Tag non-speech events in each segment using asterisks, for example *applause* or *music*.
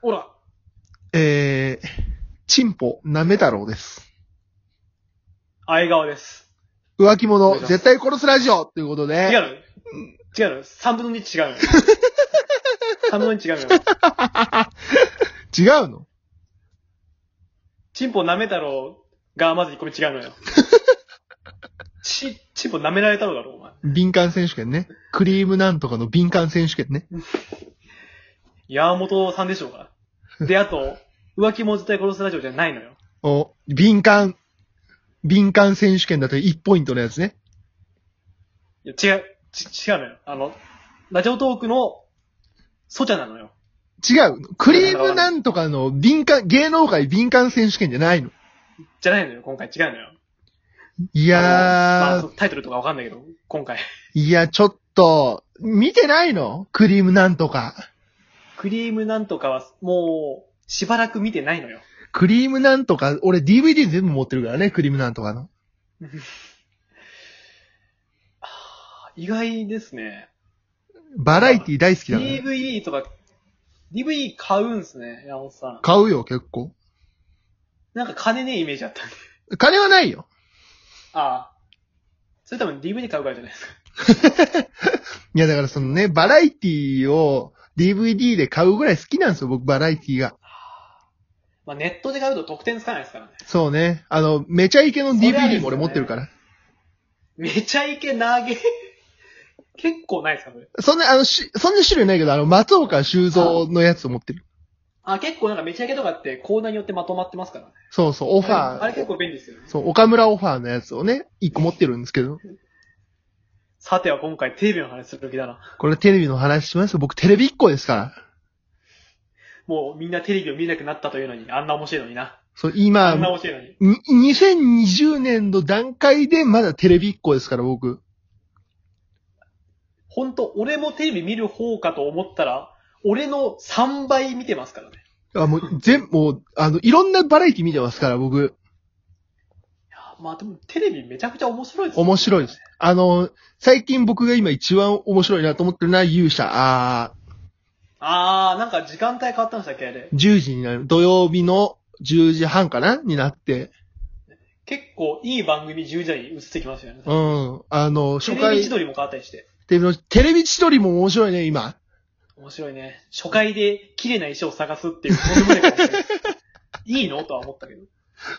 ほら。えー、チンポ、なめ太郎です。相川です。浮気者、絶対殺すラジオということ違うで、の違うの ?3 分の2違うの *laughs* ?3 分の2違うの違うのチンポ舐め太郎がまず1個目違うのよ。ち、チンポ舐められたろうだろ、お前。敏感選手権ね。クリームなんとかの敏感選手権ね。山本さんでしょうか。で、あと、浮気も絶対殺すラジオじゃないのよ。お、敏感、敏感選手権だと1ポイントのやつね。いや、違う、ち、違うのよ。あの、ラジオトークの、ソチャなのよ。違うの。クリームなんとかの敏感、芸能界敏感選手権じゃないの。じゃないのよ、今回違うのよ。いあのまあやそー、うタイトルとかわかんないけど、今回。いや、ちょっと、見てないのクリームなんとか。クリームなんとかは、もう、しばらく見てないのよ。クリームなんとか、俺 DVD 全部持ってるからね、クリームなんとかの。意外ですね。バラエティ大好きだから。 DVD とか、DVD 買うんすね、山本さん。買うよ、結構。なんか金ねえイメージあった。金はないよ。ああ。それ多分 DVD 買うからじゃないですか。いや、だからそのね、バラエティを DVD で買うぐらい好きなんですよ、僕、バラエティが。まあネットで買うと得点つかないですからね。そうね。あの、めちゃイケのそりゃあり DVD ですよも俺ね持ってるから。めちゃイケ投げ。結構ないですか、それ。そんな、あの、し、そんな種類ないけど、あの、松岡修造のやつを持ってる。あ、結構なんかめちゃイケとかってコーナーによってまとまってますからね。そうそう、オフあァれあれ結ー。構便利ですよね。そう、岡村オファーのやつをね、一個持ってるんですけど、さては今回テレビの話する時だな。これテレビの話しますよ。僕テレビ一個ですから。もうみんなテレビを見なくなったというのに、あんな面白いのにな。そう、あ今ん、な面白いのに。に2020年の段階でまだテレビ一個ですから、僕。ほんと、俺もテレビ見る方かと思ったら、俺の3倍見てますからね。あ、もう、全、もう、あの、いろんなバラエティ見てますから、僕。いやまあでもテレビめちゃくちゃ面白いですよね面白いです。。あの、最近僕が今一番面白いなと思ってるのは勇者。ああー、なんか時間帯変わったんでしたっけあれー。10時になる。土曜日の10時半かなになって。結構いい番組10時に移ってきましたよね。うん。あの、テ初レビ回千、鳥も変わったりして。テレビのテレビ千鳥も面白いね、今。面白いね。初回で綺麗な石を探すっていうとんでもないことですいいのとは思ったけど。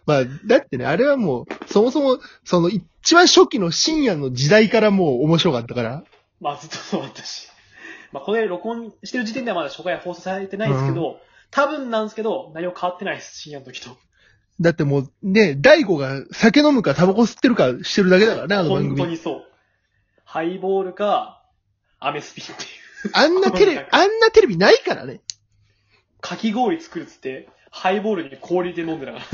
まあ、だってね、あれはもう、そもそも、その、一番初期の深夜の時代からもう面白かったから。まあずっとそうだったし。まあこれ録音してる時点ではまだ初回は放送されてないですけど、多分なんですけど、内容変わってないです、深夜の時と。だってもう、ね、大悟が酒飲むかタバコ吸ってるかしてるだけだからね、あの番本当組。にそう。ハイボールか、アメスピっていう。あんなテレビ、あんなテレビないからね。かき氷作るっつって、ハイボールに氷で飲んでたから。い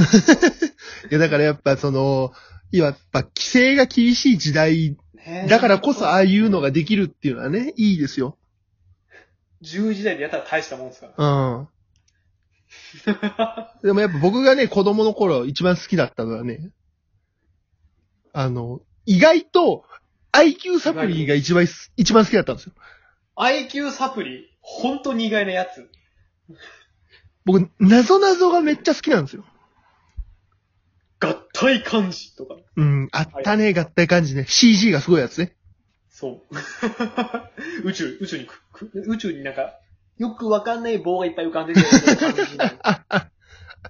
や、だからやっぱその、今やっぱ規制が厳しい時代、だからこそああいうのができるっていうのはね、いいですよ。 10時台でやったら大したもんですかうん。ら。でもやっぱ僕がね、子供の頃一番好きだったのはね、あの、意外と IQ サプリが一番す、一番好きだったんですよ。 IQ サプリ、本当に意外なやつ。僕、謎々がめっちゃ好きなんですよ。合体漢字とか。うん、あったね、合体感じね。CG がすごいやつね。 *laughs* そう。 *laughs* 宇宙、宇宙にく、く宇宙になんか、よくわかんない棒がいっぱい浮かんでて、感じにな *laughs* る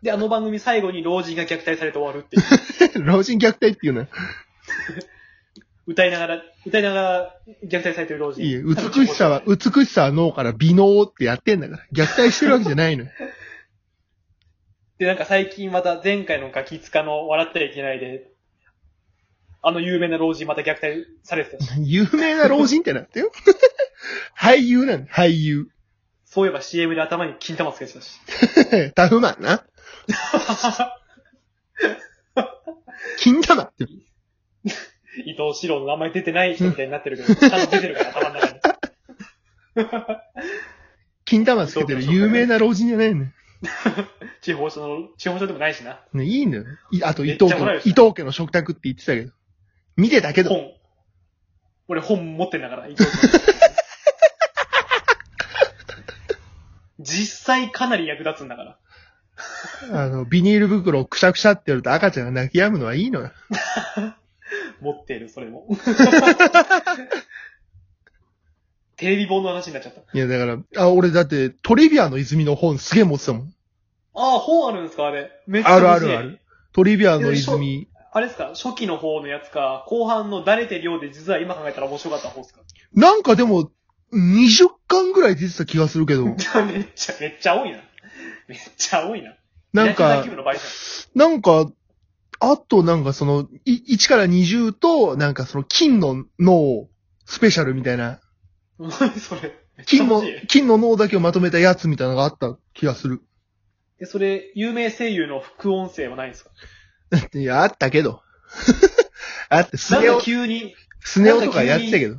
で、あの番組最後に老人が虐待されて終わるっていう。老人虐待っていうのは、歌いながら、歌いながら虐待されてる老人。いいえ美しさは、美しさは脳から美脳ってやってんだから。虐待してるわけじゃないのよ。 *laughs* で、なんか最近また前回のガキツカの笑ってはいけないで、あの有名な老人また虐待されてたし、有名な老人ってなってよ。 *laughs* 俳優なんだ、俳優。 *laughs* そういえば CM で頭に金玉つけてたし。タフマンな。 *laughs* 金玉って。伊藤四郎の名前出てない人みたいになってる *laughs* けど、ちゃんと出てるから頭の中に。金玉つけてる有名な老人じゃないのよ。地方所の、地方所でもないしな。ね、いいのよ。いあと伊めっ藤ちゃ家怒られの、る伊し藤家の食卓って言ってたけど。見てたけど。本。俺本持ってんだから、伊藤四郎実際かなり役立つんだから。あの、ビニール袋をくしゃくしゃってやると赤ちゃんが泣き止むのはいいのよ。持っている、それ *laughs* も。テレビ本の話になっちゃった。いや、だから、あ、俺だってトリビアの泉の本すげえ持ってたもん。ああ、本あるんですかあれ。めっちゃあるあ欲しいるある。。トリビアの泉。あれですか初期の方のやつか、後半の誰て量で実は今考えたら面白かった方です *laughs* かなんかでも、20巻ぐらい出てた気がするけ *laughs* ど、めっちゃ、めっちゃ多いな。めっちゃ多いな。なん野球野か球、部の倍じゃんなんか、あとなんかその、い1から20と、なんかその金の脳スペシャルみたいな、うんそれ。めっちゃ金欲のしい、金の脳だけをまとめたやつみたいなのがあった気がする。え、それ、有名声優の副音声はないんですかいや、あったけ *laughs* ど。あって、スなんネ夫か、急に、スネ夫とかやってたけど。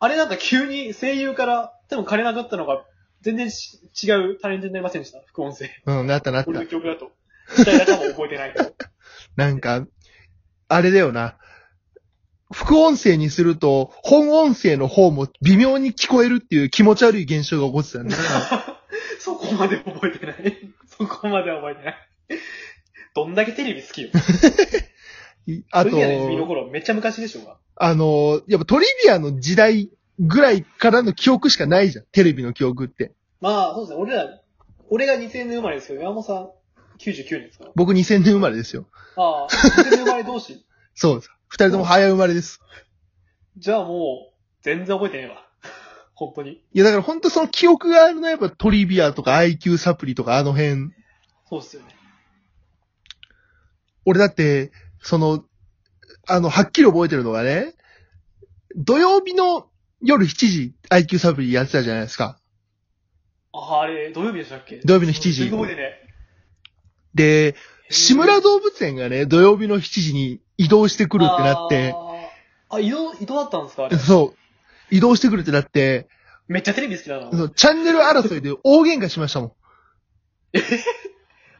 あれなんか急に声優から、多分金なくなったのが、全然し違うタレントになりませんでした副音声。うん、なったなっ俺のた。記憶だ *laughs* と。誰だかも覚えてないけど。なんか、あれだよな。副音声にすると、本音声の方も微妙に聞こえるっていう気持ち悪い現象が起こってたんだ *laughs* よなそこまで覚えてない。そこまでは覚えてない。どんだけテレビ好きよ。いあと、ルミアの泉の頃、めっちゃ昔でしょうが。あの、やっぱトリビアの時代ぐらいからの記憶しかないじゃん。テレビの記憶って。まあ、そうですね。俺ら、俺が2000年生まれですけど、山本さん、99年ですから。僕2000年生まれですよ。ああ、2000年生まれ同士。 *laughs* そうです。二人とも早生まれです。じゃあもう、全然覚えてねえわ。本当に。いや、だから本当その記憶があるのはやっぱトリビアとか IQ サプリとかあの辺。そうっすよね。俺だって、その、あの、はっきり覚えてるのがね、土曜日の夜7時 IQ サプリやってたじゃないですか。あ、あれ、土曜日でしたっけ土曜日の7時全然覚えてねえ。で、志村来動物園がね、土曜日の7時に移動してくるってなって、。あー、あ移動、移動だったんですかあれ。そう、移動してくるってなって、めっちゃテレビ好きだな。そう、チャンネル争いで大喧嘩しましたもん。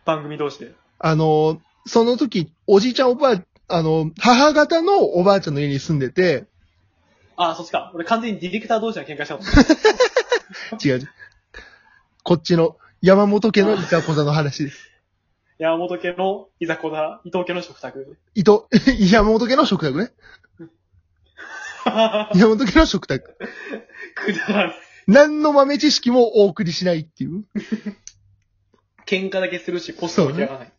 番組同士で。あの、その時、おじいちゃんおばあ、あの、母方のおばあちゃんの家に住んでて、あ、そっちか。俺完全にディレクター同士の喧嘩したもん。違う違う。こっちの、山本家のいざこざの話です。山本家のいざこざ、伊藤家の食 *laughs* 卓。伊藤、山本家の食卓ね。く山本家の食卓。だらん。何の豆知識もお送りしないっていう。喧嘩だけするし、ポストも開かない。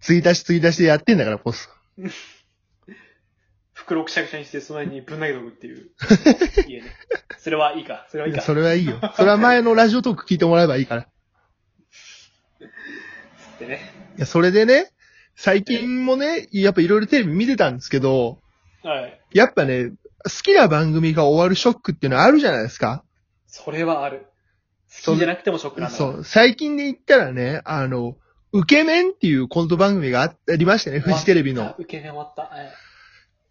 継ぎ足し継ぎ足しでやってんだから、ポスト。袋をくしゃくしゃにして、その辺にぶん投げとくって *laughs* いう。家ね。それはいいか。それはいいいやか。それはいいよ。それは前のラジオトーク聞いてもらえばいいから。ってね。いや、それでね、最近もね、やっぱいろいろテレビ見てたんですけど、はい。やっぱね、好きな番組が終わるショックっていうのはあるじゃないですか。それはある。好きじゃなくてもショックなんだかそら。う、最近で言ったらね、あの、受け面っていうコント番組があありましたね、フジテレビあの。受け目終わった。はい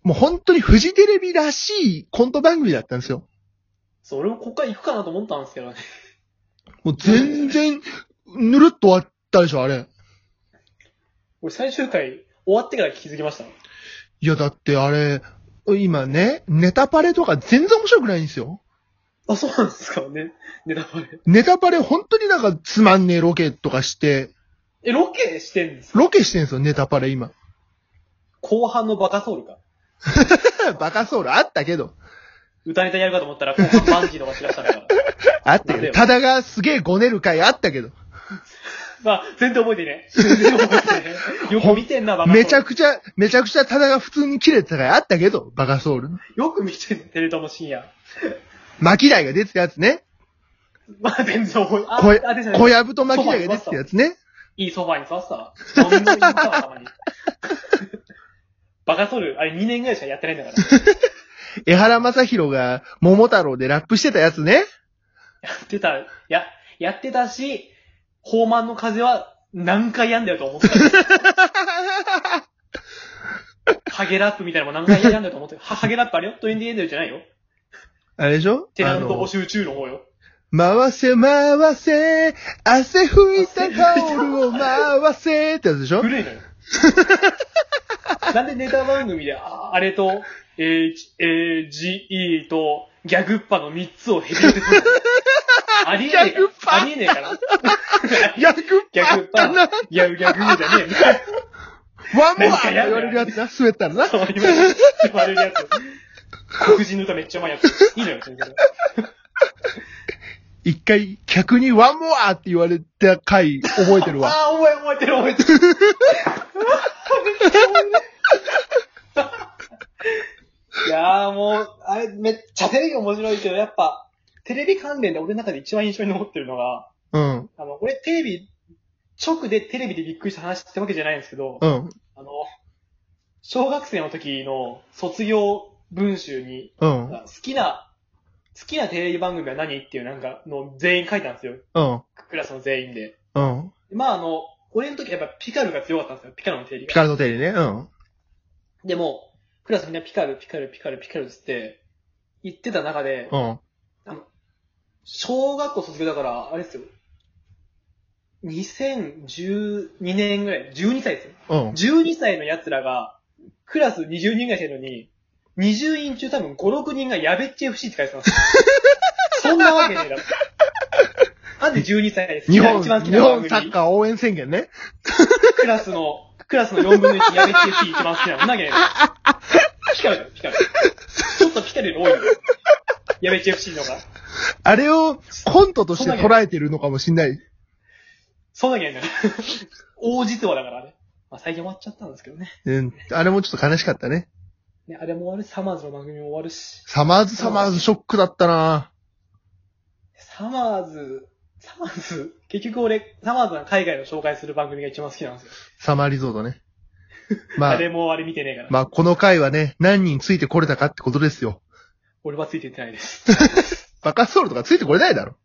もう本当にフジテレビらしいコント番組だったんですよ。そう、俺もここから行くかなと思ったんですけどね。もう全然、ぬるっと終わったでしょ、あれ。俺最終回、終わってから気づきました。いや、だってあれ、今ね、ネタパレとか全然面白くないんですよ。あ、そうなんですかね。ネタバレ。ネタパレ本当になんかつまんねえロケとかして、え、ロケしてんですかロケしてんですよ、ネタパレ今。後半のバカソウルか。バカソウルあったけど。歌ネタやるかと思ったら、後半バンジーのがしらしたから。あったけど。ただがすげえごねる回あったけど。まあ、全然覚えてね。全然覚えてね。 *laughs* よく見てんな、バカソウル。めちゃくちゃ、めちゃくちゃただが普通に切れてた回あったけど、バカソウルの。よく見てんね、テレ東の深夜。巻き台が出てたやつね。まあ、全然覚え、あ、小やあ、出てない小籔と巻き台が出てたやつね。いいソファーに座ってたわ。どんどんいいソファーたまに。バカソウル、あれ2年ぐらいしかやってないんだから。や江原正宏が桃太郎でラップしてたやつね。ってた、や、やってたし、豊満の風は何回やんだよと思ってた。ハゲラップみたいなのも何回やんだよと思ってる。はハゲラップあれよトレンディエンデルじゃないよ。あれでしょテナあント募の、集中の方よ。回せ回せ、汗拭いたタオルを回せってやつでしょ古いのよ。なんでネタ番組で、ああれと、えー、えー、GE と、ギャグッパの3つを並列するのえねえか逆パンありえねえから。逆パ逆ンだパンな。ワン。いや、逆にじゃねえんだよ。モなアんっかてや言るわれるやつな、滑ったらな。そう、今、割れるやつ。黒人の歌めっちゃうまいやつ。いいのよ、全然。一回、客にワンモアって言われた回、覚えてるわ。ああ、覚え、覚えてる、覚えてる。いやーもう、あれ、めっちゃテレビ面白いけど、やっぱ、テレビ関連で俺の中で一番印象に残ってるのが、うん。あの、俺テレビ、直でテレビでびっくりした話ってわけじゃないんですけど、うん。あの、小学生の時の卒業文集に、うん。好きな、好きなテレビ番組は何っていうなんかの全員書いたんですよ。うん。クラスの全員で。うん。まああの、俺の時はやっぱピカルが強かったんですよ。ピカルの定理が。ピカルのテレビね。うん。でも、クラスみんなピカル、ピカル、ピカル、ピカルっつって、言ってた中で、うん。小学校卒業だから、あれですよ。2012年ぐらい、12歳ですよ。うん。 12歳の奴らが、クラス20人ぐらいいるのに、20人中多分5、6人がやべっち FC って書いてたんです *laughs* よ。そんなわけねえだろ。なんで12歳です日本、一番好き日な番本組サッカー応援宣言ね。クラスの、クラスの4分の1やべっち FC 一番好きなの。なげねえだろ。ピカルだよ、ピカル。ちょっとピカルより多いよ。やべっち FC の方が。あれをコントとして捉えてるのかもしんない。そんなわけねえだろ。大実話だからね。まあ最近終わっちゃったんですけどね。うん。あれもちょっと悲しかったね。ねあれも終わるし、サマーズの番組も終わるし。サマーズサマーズショックだったなサマーズ、サマーズ、結局俺、サマーズの海外の紹介する番組が一番好きなんですよ。サマーリゾートね。まあ誰、もあれ見てねえから。まあ、この回はね、何人ついてこれたかってことですよ。俺はついていってないです。バカストールとかついてこれないだろ。